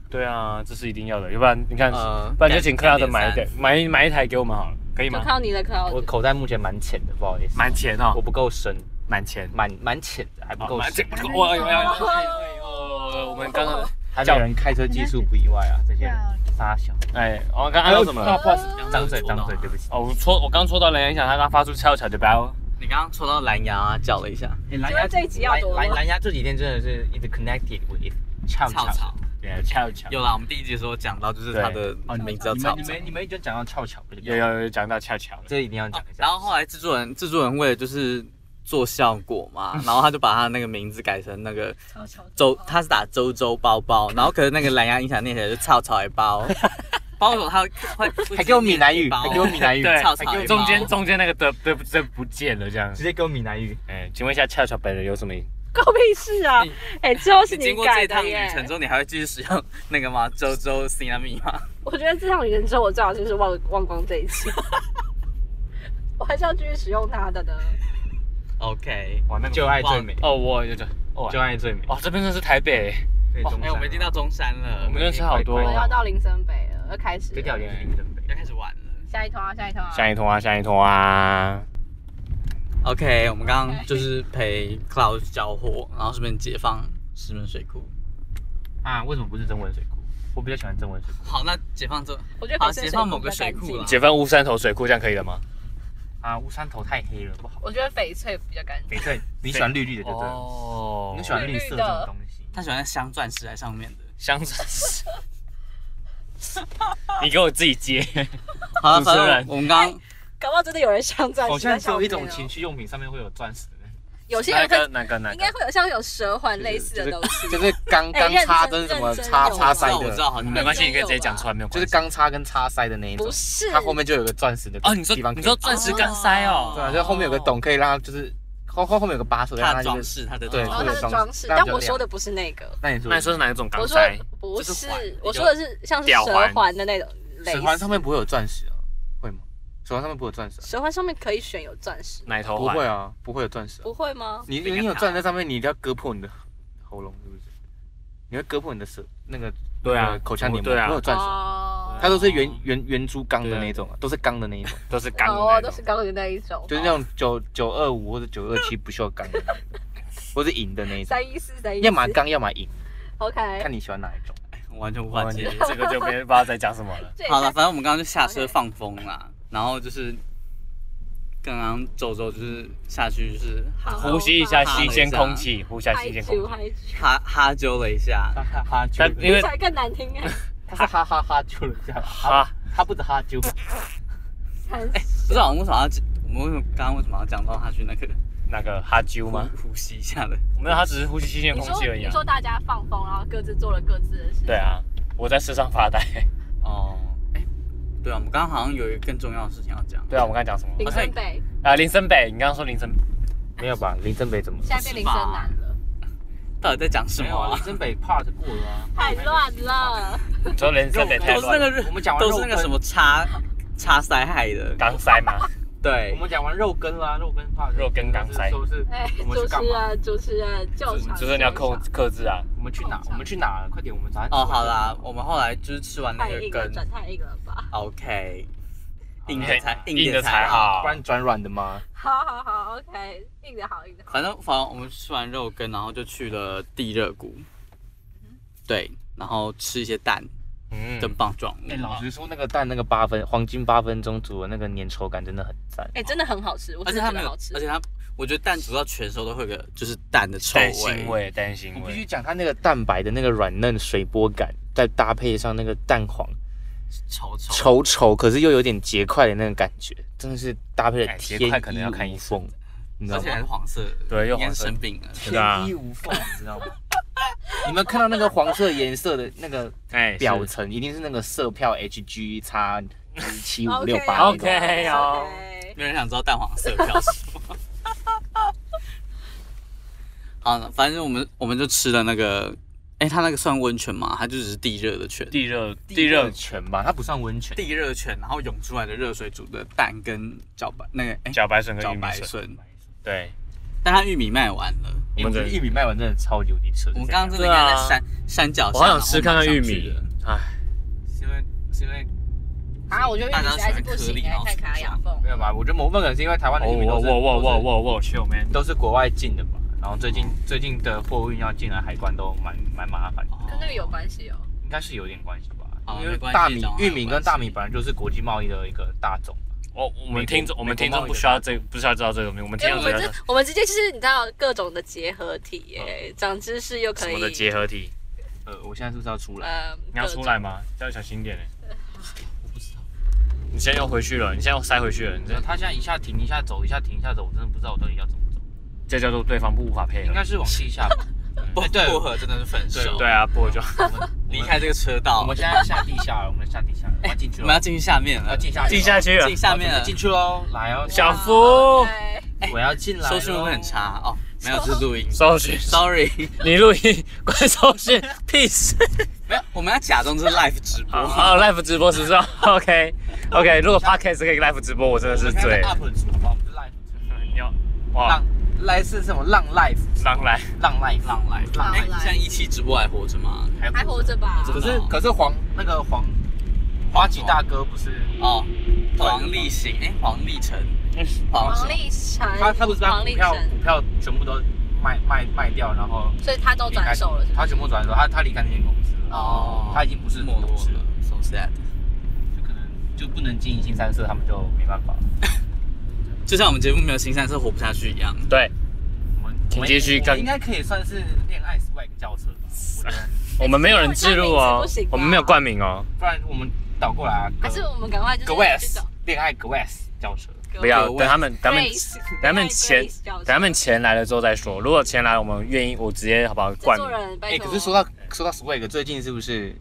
[SPEAKER 3] 对啊，这是一定要的，要不然你看，
[SPEAKER 1] 呃
[SPEAKER 3] 不然就请克
[SPEAKER 1] 改
[SPEAKER 3] 劳
[SPEAKER 1] 改
[SPEAKER 3] 德
[SPEAKER 1] 点
[SPEAKER 3] 买一
[SPEAKER 1] 三
[SPEAKER 3] 点，买买一台给我们好了，可以
[SPEAKER 2] 就
[SPEAKER 3] 吗？
[SPEAKER 2] 靠你了，靠
[SPEAKER 4] 我口袋目前蛮浅的，不好意思，
[SPEAKER 3] 蛮钱哦
[SPEAKER 4] 我，不够深，
[SPEAKER 3] 蛮钱，
[SPEAKER 4] 蛮蛮浅的，还不
[SPEAKER 3] 哦
[SPEAKER 4] 够
[SPEAKER 3] 蛮
[SPEAKER 4] 深
[SPEAKER 3] 钱，，不够，哎呦哎呦哎呦哎呦哎呦呃我们刚刚
[SPEAKER 4] 还有人开车技术不意外啊，这些人傻小，
[SPEAKER 3] 哎，我刚刚按到什么了？
[SPEAKER 2] 呃
[SPEAKER 4] 张嘴张嘴，对不起。
[SPEAKER 3] 哦，我戳，我刚戳到蓝牙音响，它刚发出悄悄的包。
[SPEAKER 1] 你刚刚戳到蓝牙啊，叫了一下，
[SPEAKER 4] 欸蓝
[SPEAKER 2] 请问这一集要
[SPEAKER 4] 蓝
[SPEAKER 2] 多
[SPEAKER 4] 蓝
[SPEAKER 2] 吗
[SPEAKER 4] 蓝牙这几天真的是一直 connected with 唱
[SPEAKER 1] 草草。
[SPEAKER 3] 对，悄悄。
[SPEAKER 1] 有啦，我们第一集的时候讲到，就是它的名字叫
[SPEAKER 4] 哦你
[SPEAKER 1] 草
[SPEAKER 4] 们你
[SPEAKER 1] 草。
[SPEAKER 4] 们你们已经讲到翘巧了，
[SPEAKER 3] 有有有讲到悄悄了。
[SPEAKER 4] 这一定要讲
[SPEAKER 1] 哦
[SPEAKER 4] 一下。
[SPEAKER 1] 然后后来制作人制作人为了就是做效果嘛， 然后他就把他那个名字改成那个周，他是打周周包包，然后可是那个蓝牙音响念起来就操操一 包，包总他会
[SPEAKER 4] 还给我闽南语，还给我闽南语，
[SPEAKER 3] 对
[SPEAKER 1] 操操
[SPEAKER 3] 中间中间那个的对不对不见了这样
[SPEAKER 4] 直。接给我闽南语。
[SPEAKER 3] 哎，请问一下悄悄本人有什么？
[SPEAKER 2] 够屁事啊！哎，最后是
[SPEAKER 1] 经
[SPEAKER 2] 你
[SPEAKER 1] 过这
[SPEAKER 2] 改
[SPEAKER 1] 一趟
[SPEAKER 2] 的
[SPEAKER 1] 旅
[SPEAKER 2] 耶。
[SPEAKER 1] 程之后，你还会继续使用那个吗？周周 c i n a m i 吗？
[SPEAKER 2] 我觉得这趟旅程之后，我最好就是忘忘光这一期， 我还是要继续使用它的呢。
[SPEAKER 1] OK，
[SPEAKER 3] 哇，那
[SPEAKER 4] 就爱最美，
[SPEAKER 3] 哦，我有点哦
[SPEAKER 4] 就爱最美。
[SPEAKER 3] 哦，这边真的是台北，
[SPEAKER 4] 对，中
[SPEAKER 1] 哎、
[SPEAKER 4] 山
[SPEAKER 1] 我们已经到中山了，
[SPEAKER 3] 我们认识好多
[SPEAKER 2] 我
[SPEAKER 3] 哦
[SPEAKER 2] 们要到林森北了，要开始
[SPEAKER 4] 这条
[SPEAKER 2] 了。
[SPEAKER 4] 连是林森北。
[SPEAKER 1] 要开始玩了。
[SPEAKER 2] 下一通啊，下一通啊。
[SPEAKER 3] 下一通啊，下一通啊。
[SPEAKER 1] OK，我们刚刚就是陪 Cloud 交货，然后顺便解放石门水库。
[SPEAKER 4] 啊，为什么不是曾文水库？我比较喜欢曾文水库
[SPEAKER 1] 好，那解放这
[SPEAKER 2] 我觉得
[SPEAKER 1] 好
[SPEAKER 2] 可是
[SPEAKER 1] 解放某个水库了
[SPEAKER 2] 比较干净
[SPEAKER 3] 解放乌山头水库，这样可以了吗？
[SPEAKER 4] 啊，乌山头太黑了，不好。
[SPEAKER 2] 我觉得翡翠比较干净。
[SPEAKER 4] 翡翠，你喜欢绿绿的，对不对了？
[SPEAKER 3] 哦
[SPEAKER 4] 你喜欢绿色这种东西。
[SPEAKER 1] 他喜欢镶钻石在上面的。
[SPEAKER 3] 香椿石？你给我自己接。
[SPEAKER 1] 好了，
[SPEAKER 3] 主持
[SPEAKER 1] 反
[SPEAKER 3] 人
[SPEAKER 1] 正我们刚刚
[SPEAKER 2] 搞不好真的有人镶钻
[SPEAKER 4] 好
[SPEAKER 2] 石在
[SPEAKER 4] 像只
[SPEAKER 2] 上
[SPEAKER 4] 有
[SPEAKER 2] 面
[SPEAKER 4] 一
[SPEAKER 2] 哦
[SPEAKER 4] 种情，趣用品上面会有钻石的。
[SPEAKER 2] 有些
[SPEAKER 3] 哪
[SPEAKER 2] 人会
[SPEAKER 3] 个哪个哪
[SPEAKER 2] 应
[SPEAKER 3] 个
[SPEAKER 2] 该？会有像有蛇环类似的东西。
[SPEAKER 6] 就是钢
[SPEAKER 2] 哎
[SPEAKER 6] 钢
[SPEAKER 2] 认
[SPEAKER 6] 叉
[SPEAKER 2] 真
[SPEAKER 6] 跟什
[SPEAKER 2] 认
[SPEAKER 6] 么
[SPEAKER 2] 真
[SPEAKER 6] 叉
[SPEAKER 2] 有
[SPEAKER 6] 叉
[SPEAKER 1] 我知
[SPEAKER 6] 塞
[SPEAKER 1] 道，我知
[SPEAKER 6] 的，
[SPEAKER 1] 道，好，你
[SPEAKER 3] 没
[SPEAKER 1] 们
[SPEAKER 3] 关系，你可以直接讲出来，没有
[SPEAKER 6] 就
[SPEAKER 3] 关
[SPEAKER 6] 是
[SPEAKER 3] 系。
[SPEAKER 6] 钢叉跟叉塞的那一种
[SPEAKER 2] 不。是，
[SPEAKER 6] 它后面就有个钻石的
[SPEAKER 3] 哦，你说
[SPEAKER 6] 地方可
[SPEAKER 3] 你
[SPEAKER 6] 以
[SPEAKER 3] 说钻石钢塞哦，
[SPEAKER 6] 对啊，就后面有个洞可以让它就是后后后面有个把手，让
[SPEAKER 1] 他
[SPEAKER 6] 它
[SPEAKER 1] 的
[SPEAKER 6] 就
[SPEAKER 1] 装
[SPEAKER 6] 是
[SPEAKER 1] 饰，他的
[SPEAKER 6] 对
[SPEAKER 2] 然后
[SPEAKER 1] 装
[SPEAKER 6] 会
[SPEAKER 1] 饰
[SPEAKER 2] 它
[SPEAKER 6] 有
[SPEAKER 2] 的
[SPEAKER 6] 装
[SPEAKER 2] 装饰，
[SPEAKER 6] 那
[SPEAKER 2] 但
[SPEAKER 6] 就
[SPEAKER 2] 我
[SPEAKER 6] 亮
[SPEAKER 2] 说的不是那个，
[SPEAKER 4] 那你说
[SPEAKER 3] 那你说是哪一种钢
[SPEAKER 2] 我说
[SPEAKER 3] 塞？
[SPEAKER 2] 不
[SPEAKER 1] 就是
[SPEAKER 2] 是
[SPEAKER 1] 环一，
[SPEAKER 2] 我
[SPEAKER 1] 个
[SPEAKER 2] 说的是像是
[SPEAKER 3] 吊
[SPEAKER 2] 蛇
[SPEAKER 3] 环
[SPEAKER 2] 环的那种类
[SPEAKER 6] 手
[SPEAKER 2] 似。
[SPEAKER 6] 环上面不会有钻石啊？会吗？手环上面不会有钻石啊？
[SPEAKER 2] 蛇环上面可以选有钻石，
[SPEAKER 3] 奶头
[SPEAKER 6] 不
[SPEAKER 3] 环？
[SPEAKER 6] 会啊，不会有钻石啊。
[SPEAKER 2] 不会吗？
[SPEAKER 6] 你
[SPEAKER 1] 饼干
[SPEAKER 6] 你有
[SPEAKER 1] 塔
[SPEAKER 6] 钻在上面，你一定要割破你的喉咙，是不是？你会割破你的舌那个
[SPEAKER 3] 对啊
[SPEAKER 6] 那个口腔黏膜，
[SPEAKER 3] 对啊
[SPEAKER 6] 不会有钻石啊。
[SPEAKER 2] 哦
[SPEAKER 6] 它都是圆圆圆珠钢
[SPEAKER 3] 对
[SPEAKER 6] 的
[SPEAKER 3] 啊
[SPEAKER 6] 那种啊，都是钢的那一种，
[SPEAKER 3] 都是钢的
[SPEAKER 2] 哦，
[SPEAKER 3] 那
[SPEAKER 2] 都
[SPEAKER 3] 种
[SPEAKER 2] 是钢的那一种，
[SPEAKER 6] 就是那种九九二五或者九二七不锈钢的那一种，或是银的那一种，
[SPEAKER 2] 三一四三一四，
[SPEAKER 6] 要么钢，要么银，
[SPEAKER 2] OK
[SPEAKER 4] 哎
[SPEAKER 6] 看。你喜欢哪一种。
[SPEAKER 1] 我完全无法接。
[SPEAKER 3] 这个就没不知道在讲什么 了。
[SPEAKER 2] 这也
[SPEAKER 1] 好
[SPEAKER 2] 太
[SPEAKER 1] 了，反正我们刚刚就下车放风啦，然后就是刚刚周周就是下去就是哈
[SPEAKER 2] 好
[SPEAKER 3] 呼吸一下新鲜空气，呼吸一下
[SPEAKER 2] 嗨
[SPEAKER 3] 新鲜
[SPEAKER 2] 啾
[SPEAKER 3] 空气。
[SPEAKER 2] 嗨啾，
[SPEAKER 1] 哈哈啾了一下，
[SPEAKER 4] 哈哈哈
[SPEAKER 3] 但
[SPEAKER 4] 啾了，
[SPEAKER 3] 因
[SPEAKER 2] 听
[SPEAKER 3] 为
[SPEAKER 2] 起来更难听哎。
[SPEAKER 4] 他是哈哈哈啾了一下，
[SPEAKER 3] 哈
[SPEAKER 4] 哈，，他不止哈啾，
[SPEAKER 2] 哎，
[SPEAKER 1] 不知道我们为什么要讲我们为什么刚刚为什么要讲到他去那个
[SPEAKER 3] 那个哈啾吗？
[SPEAKER 1] 呼呼吸一下的？
[SPEAKER 3] 没有，他只是呼吸新鲜
[SPEAKER 2] 你
[SPEAKER 3] 空
[SPEAKER 2] 说
[SPEAKER 3] 气而已
[SPEAKER 2] 你
[SPEAKER 3] 啊。
[SPEAKER 2] 说大家放风，然后各自做了各自的事，
[SPEAKER 3] 对，啊，我在车上 发呆。
[SPEAKER 1] 哦，哎，对啊，我们刚刚好像有一个更重要的事情要讲。
[SPEAKER 3] 对啊，我们刚才讲什么？
[SPEAKER 2] 林森北
[SPEAKER 3] 啊，林森北，你刚刚说林森，
[SPEAKER 4] 没有吧？林森北怎么了？
[SPEAKER 2] 现在变林森南了，
[SPEAKER 1] 到底在讲什
[SPEAKER 4] 没
[SPEAKER 1] 么
[SPEAKER 4] 有啊，
[SPEAKER 1] 啊
[SPEAKER 4] 林？森北 part 过了啊，
[SPEAKER 2] 太乱了。
[SPEAKER 3] 你说林森北 太
[SPEAKER 1] 都是那
[SPEAKER 3] 乱了，
[SPEAKER 1] 个日
[SPEAKER 4] 我们讲完
[SPEAKER 1] 都是那
[SPEAKER 4] 肉
[SPEAKER 1] 个
[SPEAKER 4] 羹
[SPEAKER 1] 什么插插塞害的，
[SPEAKER 3] 钢塞 嘛。
[SPEAKER 1] 对
[SPEAKER 4] 我，们讲完肉羹啦，肉羹怕
[SPEAKER 3] 肉羹刚塞
[SPEAKER 4] 都是
[SPEAKER 2] 哎，
[SPEAKER 4] 我们去
[SPEAKER 2] 主持
[SPEAKER 4] 干嘛？
[SPEAKER 2] 人，主持人，救场，
[SPEAKER 3] 就是你要
[SPEAKER 2] 救
[SPEAKER 3] 克
[SPEAKER 2] 场
[SPEAKER 3] 克制啊。
[SPEAKER 4] 我们去哪？我们去哪了？快点，我们早上
[SPEAKER 1] 哦，好啦，我们后来就是吃完那
[SPEAKER 2] 太
[SPEAKER 1] 个
[SPEAKER 2] 硬了，
[SPEAKER 1] 羹
[SPEAKER 2] 转太硬了吧？
[SPEAKER 1] ，OK，硬
[SPEAKER 3] 对
[SPEAKER 4] 哎
[SPEAKER 1] 的才
[SPEAKER 3] 硬
[SPEAKER 1] 硬
[SPEAKER 3] 的
[SPEAKER 1] 的
[SPEAKER 3] 才
[SPEAKER 1] 才
[SPEAKER 3] 好
[SPEAKER 1] 好。
[SPEAKER 4] 啊
[SPEAKER 6] 不然转软的吗？
[SPEAKER 2] 好好好，OK，硬的好，硬的好。
[SPEAKER 1] 反正反正我们吃完肉羹，然后就去了地热谷，
[SPEAKER 2] 嗯
[SPEAKER 1] 对，然后吃一些蛋
[SPEAKER 3] 嗯，
[SPEAKER 1] 跟棒状物。
[SPEAKER 4] 哎，老实说，
[SPEAKER 6] 说那个蛋那个八分黄金八分钟煮的那个粘稠感真的很赞。
[SPEAKER 2] 哎，真的很好吃，我
[SPEAKER 1] 而
[SPEAKER 2] 真
[SPEAKER 1] 且
[SPEAKER 2] 的
[SPEAKER 1] 它
[SPEAKER 2] 觉
[SPEAKER 1] 没
[SPEAKER 2] 得
[SPEAKER 1] 有
[SPEAKER 2] 好，吃
[SPEAKER 1] 而。且它，我觉得蛋煮到全熟都会有个就是蛋的臭
[SPEAKER 3] 蛋腥
[SPEAKER 1] 味。
[SPEAKER 3] 味，蛋
[SPEAKER 6] 我
[SPEAKER 3] 腥
[SPEAKER 6] 必须
[SPEAKER 3] 味。
[SPEAKER 6] 讲它那个蛋白的那个软嫩水波感，再搭配上那个蛋黄
[SPEAKER 1] 稠稠。
[SPEAKER 6] 稠稠，可是又有点结块的那个感觉，真的是搭配
[SPEAKER 3] 哎
[SPEAKER 6] 的
[SPEAKER 3] 结
[SPEAKER 6] 天
[SPEAKER 3] 块
[SPEAKER 6] 衣
[SPEAKER 3] 可能要看医
[SPEAKER 6] 无缝，你知
[SPEAKER 1] 而
[SPEAKER 6] 道
[SPEAKER 1] 且还
[SPEAKER 6] 吗？
[SPEAKER 1] 是黄色的，
[SPEAKER 3] 对又
[SPEAKER 1] 应该
[SPEAKER 3] 黄色
[SPEAKER 1] 生病了。
[SPEAKER 3] 对啊
[SPEAKER 6] 天衣无缝，你知 道吗？你们看到那个黄色颜色的那个
[SPEAKER 3] 哎，
[SPEAKER 6] 表
[SPEAKER 3] 是
[SPEAKER 6] 层，一定是那个色票 HG 叉七五六
[SPEAKER 2] OK
[SPEAKER 6] 八
[SPEAKER 3] OK 哦
[SPEAKER 2] OK
[SPEAKER 1] 没有人想知道蛋黄色票是什么。 好，反正我们我们就吃了那个，哎、它那个算温泉吗？它就只是地热的泉，
[SPEAKER 3] 地热地热
[SPEAKER 6] 泉吧，它不算温泉。
[SPEAKER 1] 地热泉，然后涌出来的热水煮的蛋跟搅拌那个哎
[SPEAKER 3] 茭白笋跟
[SPEAKER 1] 茭
[SPEAKER 3] 玉米
[SPEAKER 1] 白
[SPEAKER 3] 笋。
[SPEAKER 1] 笋，
[SPEAKER 3] 对，
[SPEAKER 1] 但它玉米卖完了，
[SPEAKER 6] 我们觉得玉米卖完真的超级无敌扯。
[SPEAKER 1] 我们刚刚真的应该在山、山脚下，
[SPEAKER 3] 我好想吃看看玉
[SPEAKER 1] 然后马上去
[SPEAKER 3] 米哎
[SPEAKER 1] 的。
[SPEAKER 3] 唉，
[SPEAKER 6] 是因为是因为
[SPEAKER 2] 啊，我觉得玉米实在是不行哎，太卡牙缝。
[SPEAKER 6] 没有吧？我觉得某部分可能是因为台湾的玉米
[SPEAKER 3] 哦哇
[SPEAKER 6] 都是
[SPEAKER 3] 哇哇哇
[SPEAKER 6] 都是
[SPEAKER 3] 哇哇，chill man！
[SPEAKER 6] 都是国外进的吧。然后最近最近的货运要进来海关都蛮蛮麻烦的，
[SPEAKER 2] 跟那个有关系哦。
[SPEAKER 6] 应该是有点关系吧
[SPEAKER 1] 哦？
[SPEAKER 6] 因
[SPEAKER 1] 没
[SPEAKER 6] 为
[SPEAKER 1] 关系
[SPEAKER 6] 大米
[SPEAKER 1] 长得还
[SPEAKER 6] 玉
[SPEAKER 1] 有
[SPEAKER 6] 米
[SPEAKER 1] 关
[SPEAKER 6] 跟
[SPEAKER 1] 系
[SPEAKER 6] 大米本来就是国际贸易的一个大种。
[SPEAKER 3] 我哦我
[SPEAKER 6] 美
[SPEAKER 3] 们
[SPEAKER 6] 国
[SPEAKER 3] 听众我
[SPEAKER 6] 美
[SPEAKER 3] 们
[SPEAKER 6] 国
[SPEAKER 3] 听众
[SPEAKER 6] 贸易
[SPEAKER 3] 不
[SPEAKER 6] 的
[SPEAKER 3] 需要这不需要知道这个东西，我们听
[SPEAKER 2] 因为
[SPEAKER 3] 众
[SPEAKER 2] 我
[SPEAKER 3] 只
[SPEAKER 2] 们
[SPEAKER 3] 要
[SPEAKER 2] 这
[SPEAKER 6] 啊
[SPEAKER 2] 我们直接就是你知道各种的结合体
[SPEAKER 6] 嗯
[SPEAKER 2] 耶，长知识又
[SPEAKER 3] 什
[SPEAKER 2] 可
[SPEAKER 3] 么的
[SPEAKER 2] 以，
[SPEAKER 3] 结合体。
[SPEAKER 6] 呃，我现在是不是要出来？
[SPEAKER 2] 呃，
[SPEAKER 3] 你要
[SPEAKER 2] 各种
[SPEAKER 3] 出来吗？要小心一点哎。我不知道。你现在又回去了，你现在又塞回去了，你
[SPEAKER 6] 然
[SPEAKER 3] 这
[SPEAKER 6] 后他现在一下停一下走，一下停一下走，我真的不知道我到底要怎么走。
[SPEAKER 3] 这叫做对方不无法配合
[SPEAKER 6] 应。该是往地下吧。
[SPEAKER 1] 不
[SPEAKER 6] 哎对
[SPEAKER 1] 不合真的是分手，
[SPEAKER 3] 对啊，不就
[SPEAKER 6] 我们
[SPEAKER 1] 离开这个车道，
[SPEAKER 6] 我们现在下地下了，我们下地下了，我要进去
[SPEAKER 1] 我们要
[SPEAKER 6] 了，
[SPEAKER 1] 进去下面了，
[SPEAKER 6] 要进下
[SPEAKER 3] 进下去了
[SPEAKER 1] 进。下面了，
[SPEAKER 6] 进去喽，来哦，
[SPEAKER 3] 小福
[SPEAKER 2] 哎
[SPEAKER 6] 我要进来，
[SPEAKER 1] 收视率会很。差 哦，没有是录音
[SPEAKER 3] 搜寻，
[SPEAKER 1] ，sorry，
[SPEAKER 3] 你录音，关搜寻，peace。
[SPEAKER 1] 没有，我们要假装这是 live 直播，
[SPEAKER 3] 好，live 直播时尚，OK OK。如果 podcast 可以 live 直播，我真的是醉了。
[SPEAKER 6] UP 主吧，我们是 live，
[SPEAKER 3] 嗯你要哇
[SPEAKER 6] 浪，来是什么浪 live，
[SPEAKER 3] 上来，
[SPEAKER 6] 浪 live，浪 live，浪
[SPEAKER 1] 哎，
[SPEAKER 6] live，
[SPEAKER 1] 你现在一期直播还活着吗？
[SPEAKER 2] 还活着吧？
[SPEAKER 6] 可是可是黄那个黄花旗大哥不是，
[SPEAKER 1] 哦，黄立行，哎，黄立成，
[SPEAKER 6] 哎
[SPEAKER 1] 黄
[SPEAKER 2] 黄立成，
[SPEAKER 6] 他他不是把
[SPEAKER 2] 哎黄
[SPEAKER 6] 股
[SPEAKER 2] 立
[SPEAKER 6] 票
[SPEAKER 2] 成，
[SPEAKER 6] 股票全部都卖卖卖掉，然后
[SPEAKER 2] 所以他都
[SPEAKER 6] 离开
[SPEAKER 2] 转手了，是吗？
[SPEAKER 6] 他全部转手，他他离开那间公司了，
[SPEAKER 1] 哦，
[SPEAKER 6] 他已经不是
[SPEAKER 1] 没落
[SPEAKER 6] 董事
[SPEAKER 1] 了
[SPEAKER 6] 了，
[SPEAKER 1] ，so sad。
[SPEAKER 6] 就可能就不能经营新三社，他们就没办法了。
[SPEAKER 1] 就像我们节目没有新三色活不下去一样，
[SPEAKER 3] 对，
[SPEAKER 6] 我们
[SPEAKER 3] 请继续
[SPEAKER 6] 我们
[SPEAKER 3] 干
[SPEAKER 6] 应该可以算是恋爱 swag 教车吧，我觉 得
[SPEAKER 3] 我们没有人记录
[SPEAKER 2] 这个名字
[SPEAKER 3] 哦
[SPEAKER 2] 不行吧，
[SPEAKER 3] 我们没有冠名哦，
[SPEAKER 6] 不然我们倒过来啊，
[SPEAKER 2] 还是我们赶快就是
[SPEAKER 6] g
[SPEAKER 2] 去
[SPEAKER 6] s
[SPEAKER 2] 找
[SPEAKER 6] 恋爱 g s 教车。
[SPEAKER 3] 不要
[SPEAKER 1] 各位
[SPEAKER 3] 等他们，他们
[SPEAKER 2] Grace，
[SPEAKER 3] 等他们
[SPEAKER 2] Grace
[SPEAKER 3] 钱
[SPEAKER 2] 教授
[SPEAKER 3] 等他们钱来了之后再说。如果钱来，我们愿意，我直接好不好
[SPEAKER 2] 制
[SPEAKER 3] 冠
[SPEAKER 2] 作
[SPEAKER 3] 名？
[SPEAKER 2] 人，
[SPEAKER 6] 哎、
[SPEAKER 2] 拜托。
[SPEAKER 6] 可是说到说到 swag，最近是不是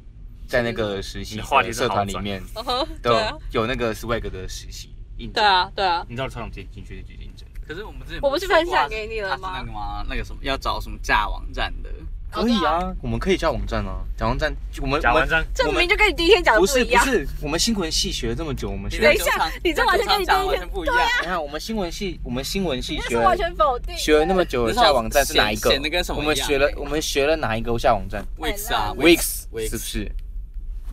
[SPEAKER 6] 在那个实习
[SPEAKER 3] 你
[SPEAKER 6] 的
[SPEAKER 3] 话题是
[SPEAKER 6] 社
[SPEAKER 3] 好
[SPEAKER 6] 团里
[SPEAKER 3] 转
[SPEAKER 6] 面
[SPEAKER 2] 嗯哼，
[SPEAKER 6] 都
[SPEAKER 2] 对啊
[SPEAKER 6] 有有那个 swag 的实习应
[SPEAKER 2] 对
[SPEAKER 6] 征？
[SPEAKER 2] 啊，对啊，
[SPEAKER 6] 你知道传统接进去的竞争？
[SPEAKER 1] 可是我们之前
[SPEAKER 2] 我不是分享给你了吗
[SPEAKER 1] 他是那个吗？那个什么要找什么架网站的？
[SPEAKER 2] 哦
[SPEAKER 6] 可以啊，我们可以叫网站啊，假网站，我们
[SPEAKER 3] 假
[SPEAKER 6] 我
[SPEAKER 3] 完
[SPEAKER 6] 们
[SPEAKER 3] 章，
[SPEAKER 2] 这
[SPEAKER 6] 我
[SPEAKER 2] 明
[SPEAKER 6] 们
[SPEAKER 2] 明就跟你第一天讲的
[SPEAKER 6] 不
[SPEAKER 2] 不
[SPEAKER 6] 是
[SPEAKER 2] 一
[SPEAKER 6] 不
[SPEAKER 2] 样。
[SPEAKER 6] 是，我们新闻系学了这么久，我们学，
[SPEAKER 2] 等
[SPEAKER 1] 在
[SPEAKER 2] 一
[SPEAKER 6] 你
[SPEAKER 1] 酒
[SPEAKER 2] 下
[SPEAKER 1] 厂
[SPEAKER 2] 你这完全跟你
[SPEAKER 1] 在酒厂
[SPEAKER 2] 第一天
[SPEAKER 1] 完全不一样。
[SPEAKER 6] 看我们新闻系，我们新闻系
[SPEAKER 2] 你
[SPEAKER 6] 学
[SPEAKER 2] 是完全否定。
[SPEAKER 6] 学了那么久的
[SPEAKER 1] 你知道
[SPEAKER 6] 下网站是哪一个
[SPEAKER 1] 显显得跟什？么
[SPEAKER 6] 我
[SPEAKER 1] 一样
[SPEAKER 6] 们学了我们学了哪一个下网站
[SPEAKER 1] Wix 啊
[SPEAKER 6] ？Wix
[SPEAKER 1] Wix
[SPEAKER 6] 是不是？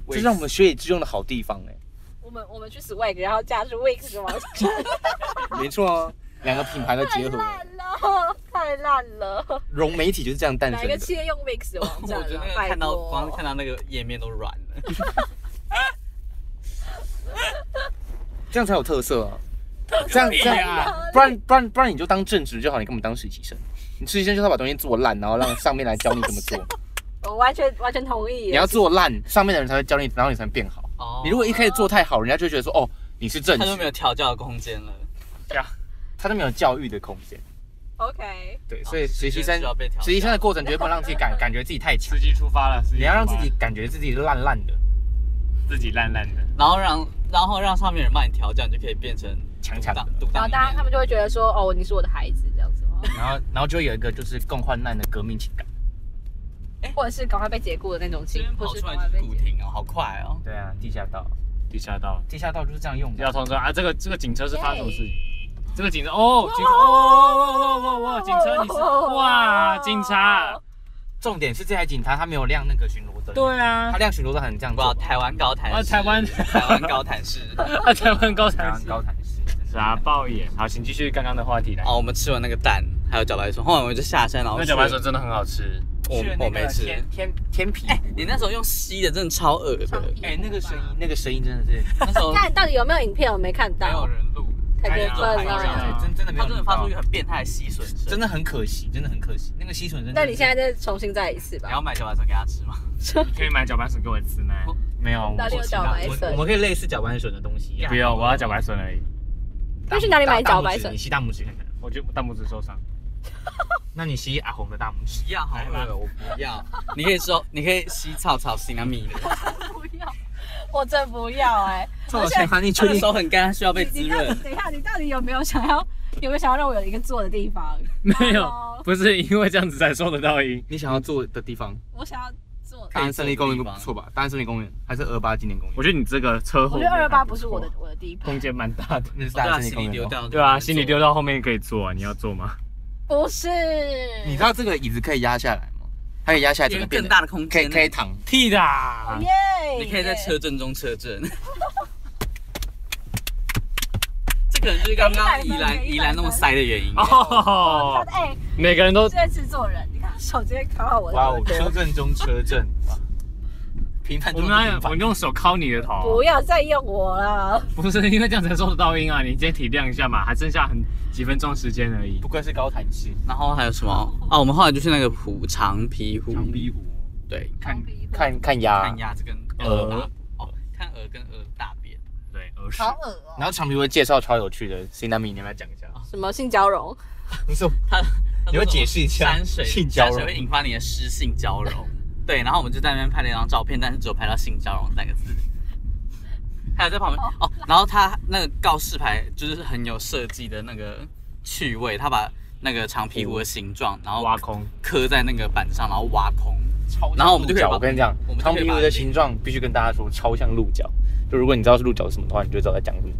[SPEAKER 1] Wix
[SPEAKER 6] 这是让我们学以致用的好地方哎，
[SPEAKER 2] 我们我们去 swag，然后加入 Wix 是吗？
[SPEAKER 6] 没错啊，两个品牌的
[SPEAKER 2] 太
[SPEAKER 6] 结合，
[SPEAKER 2] 烂了，太烂了。
[SPEAKER 6] 融媒体就是这样诞
[SPEAKER 2] 哪
[SPEAKER 6] 生
[SPEAKER 2] 一个
[SPEAKER 6] 的。
[SPEAKER 2] 企业用 Wix 的网
[SPEAKER 1] 我
[SPEAKER 2] 站
[SPEAKER 1] 觉得
[SPEAKER 2] 啊
[SPEAKER 1] 那？个
[SPEAKER 2] 拜
[SPEAKER 1] 看到光是
[SPEAKER 2] 托
[SPEAKER 1] 看。到那个页面都软了。
[SPEAKER 6] 这样才有特色啊！这样这
[SPEAKER 2] 啊
[SPEAKER 6] 样， 不然不然不然你就当正职就好，你根本当实习生。你实习生就是要把东西做烂，然后让上面来教你怎么
[SPEAKER 2] 啊
[SPEAKER 6] 做。
[SPEAKER 2] 我完全完全同意耶。
[SPEAKER 6] 你要做烂，上面的人才会教你，然后你才能变好。
[SPEAKER 1] 哦
[SPEAKER 6] 你如果一开始做太好，人家就会觉得说哦你是正
[SPEAKER 1] 他就没有
[SPEAKER 6] 职，
[SPEAKER 1] 调教的空间了。
[SPEAKER 6] 他都没有教育的空间。
[SPEAKER 2] OK，
[SPEAKER 6] 对，所以
[SPEAKER 1] 哦
[SPEAKER 6] 实习生
[SPEAKER 1] 需要被调教
[SPEAKER 6] 实习生的过程绝对不能让自己感感觉自己太强
[SPEAKER 3] 司，机出发了，
[SPEAKER 6] 你要让自己感觉自己烂烂的，
[SPEAKER 3] 自己烂烂的。
[SPEAKER 1] 然后让然后让上面人帮你调教，你就可以变成
[SPEAKER 6] 强强的。
[SPEAKER 1] 独
[SPEAKER 2] 然
[SPEAKER 1] 当
[SPEAKER 2] 后
[SPEAKER 1] 一
[SPEAKER 2] 大家他
[SPEAKER 1] 面。
[SPEAKER 2] 们就会觉得说，哦，你是我的孩子这样子 哦，
[SPEAKER 6] 然后然后就会有一个就是共患难的革命情感。
[SPEAKER 2] 或者是赶快被解雇的那种
[SPEAKER 1] 哎这
[SPEAKER 2] 情
[SPEAKER 1] 边，
[SPEAKER 2] 或
[SPEAKER 1] 跑
[SPEAKER 2] 是
[SPEAKER 1] 出
[SPEAKER 2] 赶
[SPEAKER 1] 来
[SPEAKER 2] 快
[SPEAKER 1] 就
[SPEAKER 2] 被
[SPEAKER 1] 是古
[SPEAKER 2] 解
[SPEAKER 1] 亭哦，好快哦！
[SPEAKER 6] 对啊，地下道，
[SPEAKER 3] 地下道
[SPEAKER 6] 地下道就是这样用的
[SPEAKER 3] 要。通知啊，这个这个警车是发生什么事情
[SPEAKER 2] 耶？
[SPEAKER 3] 这个警车哦，警哦哦哦哦哦，警车你是哇，警察。
[SPEAKER 6] 重点是这台警察他没有亮那个巡逻灯，
[SPEAKER 3] 对啊
[SPEAKER 6] 他，亮巡逻灯很这样
[SPEAKER 1] 哇，
[SPEAKER 6] 做，
[SPEAKER 1] 台湾高谭
[SPEAKER 3] 啊
[SPEAKER 1] 市，
[SPEAKER 3] 台湾
[SPEAKER 1] 台湾高谭 市。
[SPEAKER 3] 啊，台湾高
[SPEAKER 6] 台
[SPEAKER 3] 才
[SPEAKER 6] 湾高
[SPEAKER 3] 是
[SPEAKER 6] 谈市。
[SPEAKER 3] 傻
[SPEAKER 1] 啊
[SPEAKER 3] 爆眼。好，请继续刚刚的话题来。
[SPEAKER 1] 哦，我们吃完那个蛋，还有茭白笋，后来我们就下山，然后
[SPEAKER 3] 那
[SPEAKER 1] 去
[SPEAKER 3] 小白笋真的很好吃，
[SPEAKER 1] 我
[SPEAKER 6] 去了那个
[SPEAKER 1] 我没吃。
[SPEAKER 6] 天 天天皮
[SPEAKER 1] 哎，你那时候用吸的，真的超恶的。
[SPEAKER 6] 哎，那个声音，那个声音真的是
[SPEAKER 1] 那时候
[SPEAKER 2] 那你到底有没有影片？我没看
[SPEAKER 1] 没有
[SPEAKER 2] 到，
[SPEAKER 1] 人录，
[SPEAKER 2] 太过分
[SPEAKER 1] 哎呀
[SPEAKER 2] 了。
[SPEAKER 1] 啊
[SPEAKER 6] 真真的没
[SPEAKER 1] 他
[SPEAKER 6] 有
[SPEAKER 1] 真的
[SPEAKER 6] 人
[SPEAKER 1] 发
[SPEAKER 6] 到
[SPEAKER 1] 出一个很变态的吸吮声。
[SPEAKER 6] 真的很可惜，真的很可惜。那个吸吮真的是，
[SPEAKER 2] 那你现在再重新再一次
[SPEAKER 1] 你
[SPEAKER 2] 吧
[SPEAKER 1] 要。买茭白笋给他吃吗？
[SPEAKER 3] 你可以买小白笋给我吃吗？
[SPEAKER 6] 没有？我
[SPEAKER 2] 哪里有茭白笋
[SPEAKER 6] 我们可以类似茭白笋的东西啊一样。
[SPEAKER 3] 不要，我要小白笋而已。
[SPEAKER 2] 要去哪里买
[SPEAKER 6] 大
[SPEAKER 2] 茭白笋
[SPEAKER 6] 大拇指你吸大拇指看看，
[SPEAKER 3] 我就大拇指受伤。
[SPEAKER 6] 那你吸阿红的大拇 指。
[SPEAKER 1] 不要，好恶，我不要。你可以说， 你可以吸草草吸那米的，
[SPEAKER 2] 不要，我真不要哎、
[SPEAKER 6] 这种情况你
[SPEAKER 1] 他
[SPEAKER 6] 确
[SPEAKER 1] 的
[SPEAKER 6] 定？
[SPEAKER 1] 手很干，他需要被滋
[SPEAKER 2] 你到底
[SPEAKER 1] 润。
[SPEAKER 2] 等一下，你到底有没有想要有没有想要让我有一个坐的地方？
[SPEAKER 3] 没有
[SPEAKER 2] Hello，
[SPEAKER 3] 不是因为这样子才收得到音。
[SPEAKER 6] 你想要做的地方，
[SPEAKER 2] 我想要坐。
[SPEAKER 6] 大安森林公园不错吧？大安森林公园还是二八纪念公园？
[SPEAKER 3] 我觉得你这个车
[SPEAKER 2] 我
[SPEAKER 3] 后，
[SPEAKER 2] 觉得二二八不是我的，我的地方。
[SPEAKER 3] 空间蛮大的。
[SPEAKER 6] 那是
[SPEAKER 1] 对
[SPEAKER 6] 大
[SPEAKER 1] 啊，
[SPEAKER 6] 安森林
[SPEAKER 1] 行李
[SPEAKER 6] 公
[SPEAKER 1] 丢
[SPEAKER 6] 园哦。
[SPEAKER 1] 掉。
[SPEAKER 3] 对啊，行李丢。到后面可以坐啊，你要坐吗？
[SPEAKER 2] 不是，
[SPEAKER 6] 你知道这个椅子可以压下来吗？它可以压下来，整
[SPEAKER 1] 有
[SPEAKER 6] 个变
[SPEAKER 1] 更
[SPEAKER 6] 得
[SPEAKER 1] 大的空
[SPEAKER 6] 可以
[SPEAKER 1] 间，
[SPEAKER 6] 可以躺。
[SPEAKER 3] 屁的啊，
[SPEAKER 2] 耶，
[SPEAKER 1] 你可以在车阵中车阵。 这可能就是刚刚宜兰宜兰那么塞的原因。
[SPEAKER 3] 啊哦，
[SPEAKER 2] 哎，
[SPEAKER 3] 每个人 都
[SPEAKER 2] 现在制作人，你看手直接卡好我的
[SPEAKER 4] 哇
[SPEAKER 2] 耳
[SPEAKER 4] 哦，
[SPEAKER 2] 朵。
[SPEAKER 4] 车阵中车阵，
[SPEAKER 6] 平坦
[SPEAKER 3] 我
[SPEAKER 6] 中
[SPEAKER 3] 们
[SPEAKER 6] 的
[SPEAKER 3] 来
[SPEAKER 6] 平，
[SPEAKER 3] 我
[SPEAKER 6] 凡，
[SPEAKER 3] 用手敲你的头啊
[SPEAKER 2] 不，要再用我了，
[SPEAKER 3] 不是因为这样才收得到音啊，你今天体谅一下嘛，还剩下很几分钟时间而 已
[SPEAKER 4] 不。愧是高谈系。
[SPEAKER 1] 然后还有什么？啊，我们后来就去那个湖，长皮湖。
[SPEAKER 3] 长鼻虎，
[SPEAKER 1] 对，
[SPEAKER 3] 看
[SPEAKER 6] 看看鸭
[SPEAKER 1] 看。鸭子跟
[SPEAKER 3] 鹅
[SPEAKER 1] 鹅大，哦，看鹅跟鹅大便。
[SPEAKER 3] 对，耳屎
[SPEAKER 2] 好恶哦。
[SPEAKER 6] 然后长皮会介绍超有趣的 c i n a m i 你要不要讲一下？
[SPEAKER 2] 什么性交融？
[SPEAKER 4] 你说
[SPEAKER 1] 他说
[SPEAKER 4] 你要解释一下
[SPEAKER 1] 山水
[SPEAKER 4] 性交融
[SPEAKER 1] 山水会引发你的湿性交融。 对，然后我们就在那边拍了一张照片，但是只有拍到性交融三个字。 还有在旁边哦，然后他那个告示牌就是很有设计的那个趣味，他把那个长皮湖的形状，然后
[SPEAKER 3] 挖空，
[SPEAKER 1] 刻在那个板子上，然后挖空。
[SPEAKER 6] 超
[SPEAKER 1] 然后我们就可以把
[SPEAKER 6] 我跟你讲
[SPEAKER 1] 我，们就
[SPEAKER 6] 长
[SPEAKER 1] 可以
[SPEAKER 6] 皮
[SPEAKER 1] 把
[SPEAKER 6] 鹭的形状必须跟大家说超像鹿角。就如果你知道是鹿角是什么的话，你就知道在讲什么。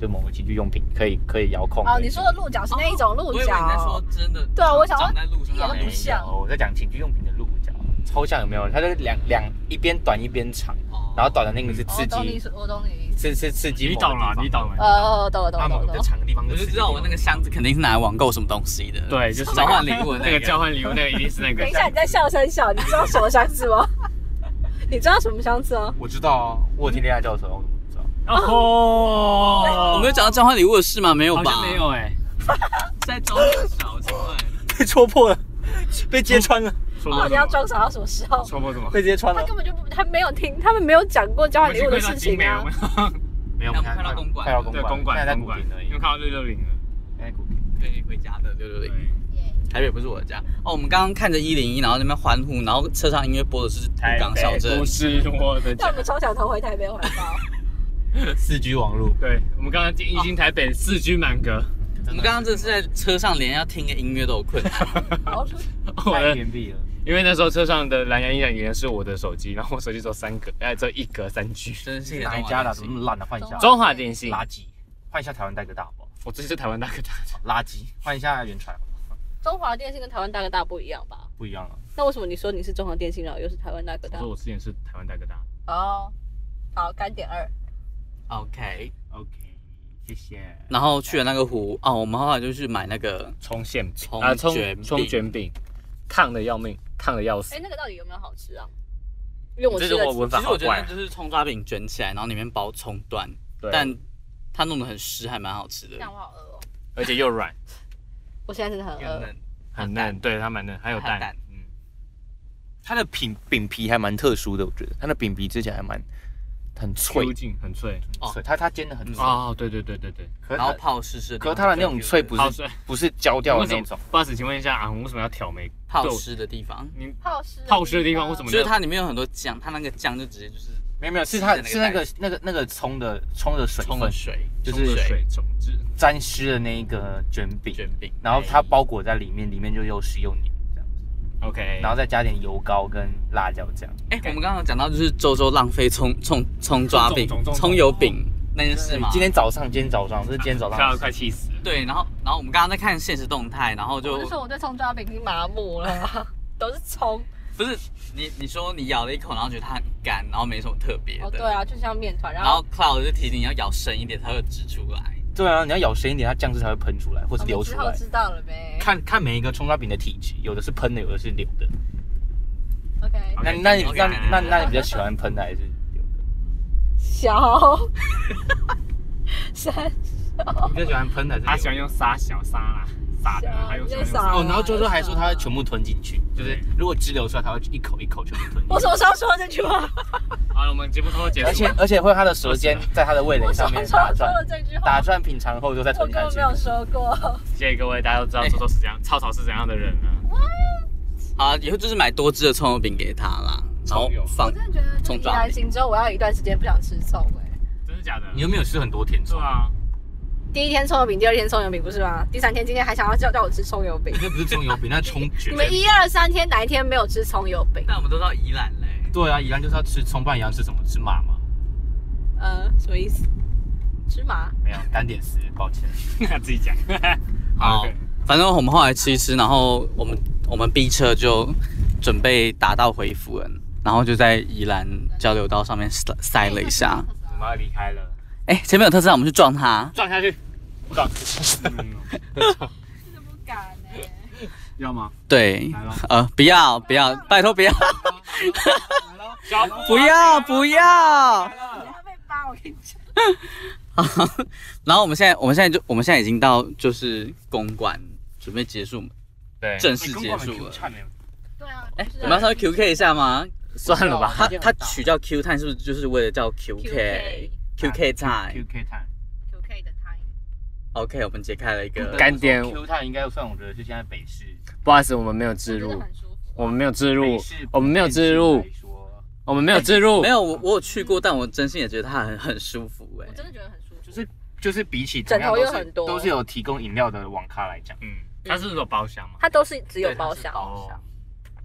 [SPEAKER 6] 就某个情趣用品可以可以遥控。
[SPEAKER 2] 哦，你说的鹿角是那一种鹿
[SPEAKER 1] 哦我以为你在说
[SPEAKER 2] 角，
[SPEAKER 1] 真的，
[SPEAKER 2] 对啊我想说
[SPEAKER 1] 长在路上
[SPEAKER 2] 一点
[SPEAKER 1] 那
[SPEAKER 2] 都不
[SPEAKER 1] 种
[SPEAKER 2] 像
[SPEAKER 6] 哦，我在讲情趣用品的鹿角，超像有没有？它就是两两一边短一边长，
[SPEAKER 1] 哦
[SPEAKER 6] 然后短的那个是
[SPEAKER 2] 哦
[SPEAKER 6] 刺
[SPEAKER 2] 我懂你
[SPEAKER 6] 激，
[SPEAKER 2] 说，我嗯懂你的意思。
[SPEAKER 6] 是是刺激
[SPEAKER 3] 你
[SPEAKER 6] 某个
[SPEAKER 3] 懂
[SPEAKER 6] 地
[SPEAKER 3] 了
[SPEAKER 6] 方。，
[SPEAKER 3] 你懂了。
[SPEAKER 2] 呃，懂了懂
[SPEAKER 6] 它
[SPEAKER 2] 了
[SPEAKER 6] 某
[SPEAKER 2] 懂
[SPEAKER 6] 个
[SPEAKER 2] 了
[SPEAKER 6] 比较。长的地方
[SPEAKER 1] 啊我
[SPEAKER 6] 就
[SPEAKER 1] 就是知道我那个箱子肯定是拿来网购什么东西的，，
[SPEAKER 3] 对，就是
[SPEAKER 1] 交换礼物的
[SPEAKER 3] 那
[SPEAKER 1] 那
[SPEAKER 3] 个
[SPEAKER 1] 个
[SPEAKER 3] 交换礼物，那个一定是那个。
[SPEAKER 2] 等一下，你在笑三笑，你知道什么相似吗？ 你知道什么相似吗？
[SPEAKER 6] 我知道啊，我有听恋爱教授，我怎么知道？
[SPEAKER 3] 哦，
[SPEAKER 1] 我没有讲到交换礼物的事吗？没有
[SPEAKER 3] 好
[SPEAKER 1] 吧？
[SPEAKER 3] 像没有哎，
[SPEAKER 1] 在装小我请问。
[SPEAKER 6] 被戳破了，被揭穿了，
[SPEAKER 3] 说
[SPEAKER 1] 啊
[SPEAKER 2] 哦，
[SPEAKER 3] 过
[SPEAKER 2] 你要装傻到什么时候？
[SPEAKER 3] 说过什么？
[SPEAKER 6] 被揭穿
[SPEAKER 2] 他根本就不，他没有听，他们没有讲过交换礼物的事情啊
[SPEAKER 3] 我。 们去
[SPEAKER 1] 那我们
[SPEAKER 3] 看到景美我们
[SPEAKER 6] 没有，
[SPEAKER 1] 快到公馆
[SPEAKER 6] 快到公
[SPEAKER 3] 对
[SPEAKER 6] 馆，
[SPEAKER 3] 公馆
[SPEAKER 6] 现在在
[SPEAKER 3] 公
[SPEAKER 6] 古
[SPEAKER 3] 馆
[SPEAKER 6] 亭而，已
[SPEAKER 3] 因为，看到六六零了。
[SPEAKER 6] 现在古亭。
[SPEAKER 1] 跟你回家的六六
[SPEAKER 3] 对
[SPEAKER 1] 零，台北不是我的家哦。我们刚刚看着一零一，然后在那边欢呼，然后车上音乐播的是《
[SPEAKER 3] 台
[SPEAKER 1] 鹿港小
[SPEAKER 3] 北
[SPEAKER 1] 镇
[SPEAKER 3] 不》，是我的
[SPEAKER 2] 那
[SPEAKER 3] 家
[SPEAKER 2] 我。们从小头回台北环岛，
[SPEAKER 4] 四 G 网 络，
[SPEAKER 3] 对，我们刚刚进一经台北四 G 满格，
[SPEAKER 1] 我们刚刚真的是在车上连要听个音乐都有困难。
[SPEAKER 2] 然后说
[SPEAKER 3] 我
[SPEAKER 6] 太
[SPEAKER 3] 的
[SPEAKER 6] 偏僻了，
[SPEAKER 3] 因为那时候车上的蓝牙音响原来是我的手机，然后我手机只有三格，哎，只有一格三 G。
[SPEAKER 1] 真是
[SPEAKER 6] 这哪一家的？怎嗯么那么烂的？换一下，
[SPEAKER 3] 中华电信，
[SPEAKER 6] 垃圾，换一下台湾大哥大好不好？
[SPEAKER 3] 我这是台湾大哥大。
[SPEAKER 6] 垃圾，换一下原传好不好
[SPEAKER 2] 中华电信跟台湾大哥大不一样吧？
[SPEAKER 6] 不一样了。
[SPEAKER 2] 那为什么你说你是中华电信，然后又是台湾大哥
[SPEAKER 3] 我
[SPEAKER 2] 大
[SPEAKER 3] 说？我之前是台湾大哥大。
[SPEAKER 2] 哦，好，干点二。
[SPEAKER 1] OK，
[SPEAKER 6] OK，谢谢。
[SPEAKER 1] 然后去了那个湖哦，我们后来就去买那个
[SPEAKER 3] 冲馅饼
[SPEAKER 1] 葱
[SPEAKER 3] 啊，葱
[SPEAKER 1] 卷饼
[SPEAKER 3] 葱卷饼，烫的要命，烫的要死
[SPEAKER 2] 哎，。那个到底有没有好吃啊？因为我
[SPEAKER 3] 这
[SPEAKER 2] 吃
[SPEAKER 3] 是
[SPEAKER 2] 了，
[SPEAKER 3] 我文
[SPEAKER 1] 其
[SPEAKER 3] 法
[SPEAKER 1] 实
[SPEAKER 3] 好
[SPEAKER 1] 我觉
[SPEAKER 3] 怪
[SPEAKER 1] 得
[SPEAKER 3] 啊。
[SPEAKER 1] 就是葱抓饼卷起来，然后里面包葱段，
[SPEAKER 3] 对，
[SPEAKER 1] 但它弄得很湿，还蛮好吃的
[SPEAKER 2] 这，样我好饿哦。
[SPEAKER 3] 而且又软，
[SPEAKER 2] 我现在真的很
[SPEAKER 1] 又
[SPEAKER 2] 饿。
[SPEAKER 1] 嫩。
[SPEAKER 3] 很嫩，对，它蛮嫩，还有
[SPEAKER 1] 还有
[SPEAKER 3] 蛋
[SPEAKER 1] 蛋。
[SPEAKER 3] 嗯，
[SPEAKER 6] 它的饼饼皮还蛮特殊的，我觉得它的饼皮吃起来还蛮很脆
[SPEAKER 3] 脆，劲很脆。
[SPEAKER 1] 哦
[SPEAKER 6] 脆它它煎的很脆。
[SPEAKER 3] 哦，对对对对对，
[SPEAKER 6] 可是
[SPEAKER 1] 然后
[SPEAKER 6] 它
[SPEAKER 1] 泡湿湿，
[SPEAKER 6] 可是它的那种脆不
[SPEAKER 3] 好
[SPEAKER 6] 是
[SPEAKER 3] 脆。
[SPEAKER 6] 不是焦掉
[SPEAKER 3] 为
[SPEAKER 6] 的
[SPEAKER 3] 什
[SPEAKER 6] 那
[SPEAKER 3] 么
[SPEAKER 6] 种，
[SPEAKER 3] boss，请问一下啊，为什么要挑眉？
[SPEAKER 1] 泡
[SPEAKER 3] 对
[SPEAKER 1] 湿的地方，
[SPEAKER 3] 你
[SPEAKER 2] 泡湿
[SPEAKER 3] 泡湿的地方为什么？
[SPEAKER 1] 就是它里面有很多酱，它那个酱就直接就是
[SPEAKER 6] 没有没有，是
[SPEAKER 1] 是
[SPEAKER 6] 它
[SPEAKER 1] 那个
[SPEAKER 6] 是那个那个那个葱的葱的水
[SPEAKER 1] 冲
[SPEAKER 6] 分
[SPEAKER 1] 了水，
[SPEAKER 6] 就是
[SPEAKER 1] 冲了水
[SPEAKER 3] 水种子？
[SPEAKER 6] 沾湿了那一个卷饼，
[SPEAKER 1] 卷饼，
[SPEAKER 6] 然后
[SPEAKER 3] 哎
[SPEAKER 6] 它包裹在里面，里面就又湿又黏这样子，
[SPEAKER 3] OK，
[SPEAKER 6] 然后再加点油膏跟辣椒酱。
[SPEAKER 1] 哎、我们刚刚讲到就是周周浪费葱葱葱抓饼
[SPEAKER 3] 葱、葱
[SPEAKER 1] 葱油饼那件事嘛。
[SPEAKER 6] 今天早上，今天早上这是今天早
[SPEAKER 3] 快
[SPEAKER 6] 上，
[SPEAKER 3] 快气死了。
[SPEAKER 1] 对，然后然后我们刚刚在看现实动态，然后就
[SPEAKER 2] 我就说我对葱抓饼已经麻木了，都是 葱。
[SPEAKER 1] 不是你你说你咬了一口，然后觉得它很干，然后没什么特别的。
[SPEAKER 2] 哦，对啊，就像面团，然
[SPEAKER 1] 然
[SPEAKER 2] 后
[SPEAKER 1] 后 Cloud 就提醒你要咬深一点，它会指出来。
[SPEAKER 6] 对啊，你要咬深一点，它酱汁才会喷出来或
[SPEAKER 2] 我
[SPEAKER 6] 是流
[SPEAKER 2] 们哦之
[SPEAKER 6] 出
[SPEAKER 2] 后
[SPEAKER 6] 来。
[SPEAKER 2] 知道了呗。
[SPEAKER 6] 看看每一个葱抓饼的体质，有的是喷的，有的是流的。
[SPEAKER 2] OK，
[SPEAKER 6] 那那你
[SPEAKER 1] OK，
[SPEAKER 6] 那
[SPEAKER 1] OK
[SPEAKER 6] 那那你比较喜欢喷的还是流的？
[SPEAKER 2] 小 三
[SPEAKER 6] 你比较喜欢喷的还是流的？
[SPEAKER 3] 他喜欢用沙小沙啦，撒的，还有什么用
[SPEAKER 2] 小
[SPEAKER 3] 撒？
[SPEAKER 6] 哦，然后周周还说他会全部吞进去，就是
[SPEAKER 3] 对
[SPEAKER 6] 如果汁流出来，他会一口一口全部 吞进去。
[SPEAKER 2] 我什么时候说这句话？
[SPEAKER 3] 好了，我们节目差不多结
[SPEAKER 6] 而
[SPEAKER 3] 束
[SPEAKER 6] 且
[SPEAKER 3] 了。
[SPEAKER 6] 而且会他的舌尖在他的味
[SPEAKER 2] 我
[SPEAKER 6] 蕾
[SPEAKER 2] 什
[SPEAKER 6] 上
[SPEAKER 2] 么
[SPEAKER 6] 面
[SPEAKER 2] 时候
[SPEAKER 6] 打
[SPEAKER 2] 说
[SPEAKER 6] 转，
[SPEAKER 2] 了这句话
[SPEAKER 6] 打？转品尝后就再
[SPEAKER 2] 我
[SPEAKER 6] 吞
[SPEAKER 2] 根本
[SPEAKER 6] 下去
[SPEAKER 2] 没。有说过。
[SPEAKER 3] 谢谢各位，大家都知道周周是怎样，草草是怎样的人啊了。
[SPEAKER 1] 好啊，以后就是买多汁的葱油饼给它啦，然后
[SPEAKER 3] 葱油
[SPEAKER 1] 放
[SPEAKER 2] 我真的觉得，
[SPEAKER 1] 葱
[SPEAKER 2] 宜
[SPEAKER 1] 抓
[SPEAKER 2] 兰
[SPEAKER 1] 饼。
[SPEAKER 2] 行之后，我要一段时间不想吃葱哎。
[SPEAKER 3] 真的假的？
[SPEAKER 6] 你有没有吃很多甜
[SPEAKER 3] 对
[SPEAKER 6] 粽？
[SPEAKER 3] 啊，
[SPEAKER 2] 第一天葱油饼，第二天葱油饼不是吗？第三天今天还想要叫叫我吃葱油饼
[SPEAKER 6] 你。这不是葱油饼，那葱卷
[SPEAKER 2] 你。们一二三天哪一天没有吃葱油饼？
[SPEAKER 1] 但我们都到宜兰嘞，
[SPEAKER 6] 对啊，一样就是要吃葱，不然一样吃什么？吃麻吗？
[SPEAKER 2] 呃，什么意思？芝麻？
[SPEAKER 6] 没有，单点丝，抱歉。
[SPEAKER 3] 自己讲。
[SPEAKER 1] 好
[SPEAKER 7] 哎
[SPEAKER 3] ，OK，
[SPEAKER 1] 反正我们后来吃一吃，然后我们我们 B 车就准备打道回府了，然后就在宜兰交流道上面塞塞了一下。
[SPEAKER 3] 我们要离开了，
[SPEAKER 1] 哎、前面有特斯拉，我们去撞它。
[SPEAKER 3] 撞下去，撞， 嗯，
[SPEAKER 5] 不敢哎、
[SPEAKER 7] 要吗？
[SPEAKER 1] 对
[SPEAKER 7] 来咯，
[SPEAKER 1] 呃，不要不要，拜托不要
[SPEAKER 3] 小
[SPEAKER 1] 不要不要。
[SPEAKER 5] 他被扒，我跟你讲。
[SPEAKER 1] 然后我们现在我们现在就我们现在已经到就是公馆，准备结束
[SPEAKER 3] 对，
[SPEAKER 1] 正式结束了。
[SPEAKER 5] 对啊，
[SPEAKER 1] 哎、我们要稍微 QK 一下吗？
[SPEAKER 3] 算了吧，
[SPEAKER 1] 它它取叫 Q 探是不是就是为了叫 QK
[SPEAKER 7] 啊
[SPEAKER 1] QK time？OK，、
[SPEAKER 7] QK time。
[SPEAKER 5] Q K 的 time，
[SPEAKER 1] OK，我们解开了一个
[SPEAKER 3] 干点
[SPEAKER 7] Q 探应该算我觉得是现在北市，
[SPEAKER 3] 不好意思，我们没有置
[SPEAKER 5] 真
[SPEAKER 3] 入
[SPEAKER 5] 的，很舒服。
[SPEAKER 3] 我们没有置
[SPEAKER 7] 北
[SPEAKER 3] 入
[SPEAKER 7] 市，
[SPEAKER 3] 我们没有置入
[SPEAKER 7] 来，说，
[SPEAKER 3] 我们没有置入
[SPEAKER 1] 没，有，我我有去过，但我真心也觉得它很很舒服哎、
[SPEAKER 5] 我真的觉得很舒服。
[SPEAKER 7] 就是就是比起同样
[SPEAKER 2] 枕头
[SPEAKER 7] 都
[SPEAKER 2] 又
[SPEAKER 7] 是
[SPEAKER 2] 很多
[SPEAKER 7] 都是有提供饮料的网咖来讲，
[SPEAKER 3] 嗯，它是有包厢吗？哦
[SPEAKER 2] 它都是只有
[SPEAKER 7] 对它
[SPEAKER 2] 包
[SPEAKER 7] 是
[SPEAKER 2] 厢，
[SPEAKER 7] 包厢，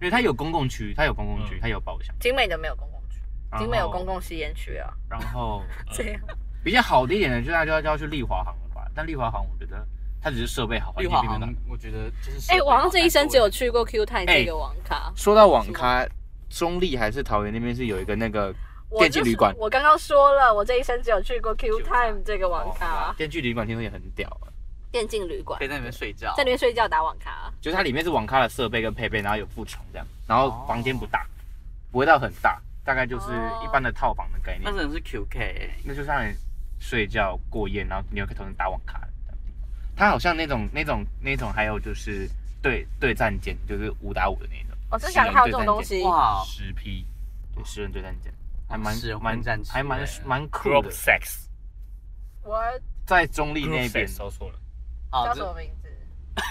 [SPEAKER 7] 因为它有公共区，它有公共区，它有包厢，
[SPEAKER 2] 景美的嗯没有公共区，
[SPEAKER 6] 哦
[SPEAKER 7] 然后
[SPEAKER 2] 景美有公，共吸烟区啊，
[SPEAKER 7] 然后
[SPEAKER 2] 这样
[SPEAKER 7] 比较好的一点的，就是大家就要去丽华行了吧？但丽华行我觉得它只是设备好，环
[SPEAKER 1] 绿
[SPEAKER 7] 境
[SPEAKER 1] 化
[SPEAKER 7] 并没有那
[SPEAKER 1] 行
[SPEAKER 7] 么好。，
[SPEAKER 1] 我觉得就是
[SPEAKER 2] 哎、我好像这一生只有去过 Q 探这个网咖。
[SPEAKER 6] 说到网咖，中立还是桃园那边是有一个那个
[SPEAKER 2] 我
[SPEAKER 6] 电
[SPEAKER 2] 就
[SPEAKER 6] 竞
[SPEAKER 2] 是
[SPEAKER 6] 旅馆，
[SPEAKER 2] 我刚刚说了，我这一生只有去过 Q Time 这个网咖，
[SPEAKER 6] 哦电锯旅馆，听说也很屌啊，
[SPEAKER 2] 电竞旅馆
[SPEAKER 1] 可，以在里面睡觉，
[SPEAKER 2] 在里面睡觉打网咖，
[SPEAKER 6] 就是它里面是网咖的设备跟配备，然后有副床这样，然后房间不
[SPEAKER 1] 哦
[SPEAKER 6] 大，不会到很大，大概就是
[SPEAKER 2] 哦
[SPEAKER 6] 一般的套房的概
[SPEAKER 1] 那
[SPEAKER 6] 念，
[SPEAKER 1] 真的是 QK 哎、
[SPEAKER 6] 那就是让你睡觉过夜，然后你又可以同时打网咖的这样地方。它好像那种那种那种，还有就是对对战舰，就是五打五的那种，
[SPEAKER 2] 哦我真想还有这种东西，
[SPEAKER 1] 哇，
[SPEAKER 6] 十 P，对十人对战舰，还蛮
[SPEAKER 1] 十人
[SPEAKER 6] 蛮
[SPEAKER 1] 混战棋
[SPEAKER 6] 还蛮
[SPEAKER 1] 欸
[SPEAKER 6] 蛮酷
[SPEAKER 3] Group
[SPEAKER 6] 的，
[SPEAKER 3] sex，
[SPEAKER 2] 我
[SPEAKER 6] 在中立
[SPEAKER 3] Group
[SPEAKER 6] 那边
[SPEAKER 3] sex 搜索了，
[SPEAKER 1] 哦
[SPEAKER 2] 叫什
[SPEAKER 1] 这
[SPEAKER 2] 么名字？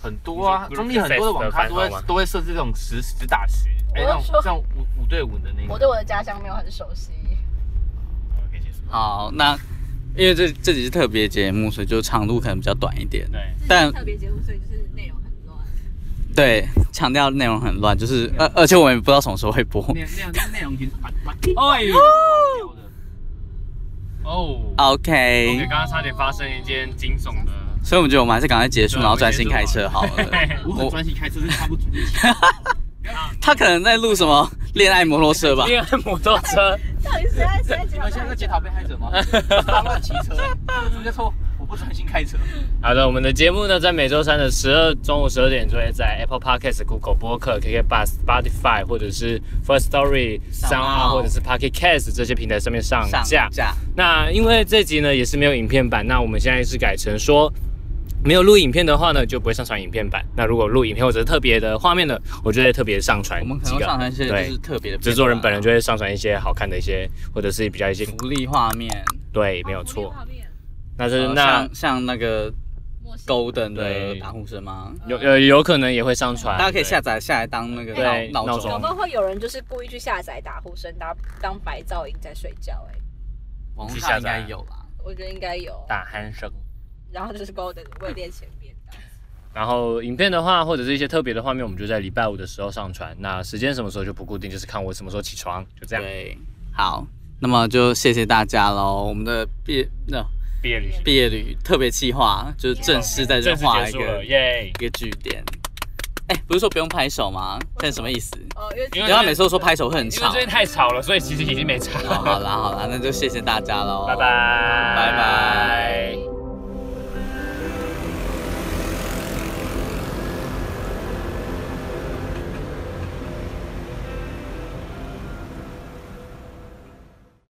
[SPEAKER 6] 很多啊，
[SPEAKER 3] 你说
[SPEAKER 6] 中立很多的网咖
[SPEAKER 3] Group sex 的
[SPEAKER 6] 都会
[SPEAKER 3] 繁华吗
[SPEAKER 6] 都会设置这种十十打十，哎、那种
[SPEAKER 2] 我就说
[SPEAKER 6] 这种五五对五的那
[SPEAKER 2] 我
[SPEAKER 6] 个。
[SPEAKER 2] 对我的家乡没有很熟悉，
[SPEAKER 3] 好了，可以结束。
[SPEAKER 1] 好，那因为这这集是特别节目，所以就长度可能比较短一点。
[SPEAKER 3] 对，
[SPEAKER 1] 但
[SPEAKER 5] 特别节目，所以就是内容很乱。
[SPEAKER 1] 对，强调内容很乱，就是而而且我们也不知道什么时候会播。
[SPEAKER 7] 内内容内容其实
[SPEAKER 6] 啊
[SPEAKER 7] 蛮蛮
[SPEAKER 3] 哎呦，哦
[SPEAKER 1] OK，
[SPEAKER 3] ，OK，刚刚差点发生一件惊悚 的，
[SPEAKER 1] 所以我们觉得我们还是赶快结束，
[SPEAKER 3] 对
[SPEAKER 1] 然后专心开车好了。
[SPEAKER 7] 我很专心开车，但是他不主意。
[SPEAKER 1] 他可能在录什么恋爱摩托车吧？
[SPEAKER 3] 恋爱摩托车，
[SPEAKER 2] 到底谁在谁在
[SPEAKER 7] 你
[SPEAKER 2] 讲
[SPEAKER 7] 们现在在检讨被害者吗？ 他乱骑车，什么叫做我不专心开车？
[SPEAKER 3] 好的，我们的节目呢，在每周三的十二中午十二点就会在 Apple Podcast、Google 播客、KK Bus、Spotify 或者是 First Story、
[SPEAKER 1] 上
[SPEAKER 3] 三
[SPEAKER 1] 号
[SPEAKER 3] 二或者是 Pocket Cast 这些平台上面上
[SPEAKER 1] 上
[SPEAKER 3] 架。
[SPEAKER 1] 架，
[SPEAKER 3] 那因为这集呢也是没有影片版，那我们现在是改成说。没有录影片的话呢，就不会上传影片版。那如果录影片或者是特别的画面呢，我就会特别上传
[SPEAKER 1] 我们可
[SPEAKER 3] 几
[SPEAKER 1] 能
[SPEAKER 3] 个。
[SPEAKER 1] 上传一些就
[SPEAKER 3] 对
[SPEAKER 1] 是特别的片段啊。
[SPEAKER 3] 制作人本人就会上传一些好看的一些，或者是比较一些
[SPEAKER 1] 福利画面，
[SPEAKER 3] 对，
[SPEAKER 2] 哦
[SPEAKER 3] 没有错。
[SPEAKER 5] 画面
[SPEAKER 3] 但是
[SPEAKER 1] 呃
[SPEAKER 3] 那
[SPEAKER 1] 嗯像像那个
[SPEAKER 5] 墨西哥
[SPEAKER 1] Golden 的
[SPEAKER 3] 对
[SPEAKER 1] 打呼声吗？
[SPEAKER 2] 嗯
[SPEAKER 3] 有呃有可能也会上传，
[SPEAKER 1] 大家可以
[SPEAKER 3] 对
[SPEAKER 1] 下载下来当那个
[SPEAKER 3] 对
[SPEAKER 1] 闹
[SPEAKER 3] 闹
[SPEAKER 1] 钟
[SPEAKER 3] 钟
[SPEAKER 2] 有。没有会有人就是故意去下载打呼声当当白噪音在睡觉、哎，
[SPEAKER 1] 网络
[SPEAKER 3] 自己
[SPEAKER 1] 上
[SPEAKER 3] 下
[SPEAKER 1] 应该
[SPEAKER 3] 载
[SPEAKER 1] 有啦。
[SPEAKER 2] 我觉得应该有。
[SPEAKER 3] 大鼾
[SPEAKER 1] 嗯
[SPEAKER 3] 声。
[SPEAKER 2] 然后就是 Golden 位列前面这样
[SPEAKER 3] 然后影片的话，或者是一些特别的画面，我们就在礼拜五的时候上传。那时间什么时候就不固定，就是看我什么时候起床，就这样。
[SPEAKER 1] 对，好，那么就谢谢大家喽。我们的毕业那
[SPEAKER 3] 毕业旅行
[SPEAKER 1] 毕业旅特别企划，就是正式在这
[SPEAKER 3] 正式
[SPEAKER 1] 画
[SPEAKER 3] 结
[SPEAKER 1] 一
[SPEAKER 3] 束
[SPEAKER 1] 个
[SPEAKER 3] 了，耶！
[SPEAKER 1] 一个据点。哎、不是说不用拍手 吗？这是什么意思？
[SPEAKER 2] 哦，因为
[SPEAKER 3] 因
[SPEAKER 1] 因
[SPEAKER 3] 为
[SPEAKER 1] 为他每次都说拍手会很
[SPEAKER 3] 因为
[SPEAKER 1] 吵
[SPEAKER 3] 最。近太吵了，所以其实已经没吵。
[SPEAKER 1] 好啦好啦，那就谢谢大家喽，
[SPEAKER 3] 拜拜，
[SPEAKER 1] 哦拜
[SPEAKER 3] 拜
[SPEAKER 1] 拜。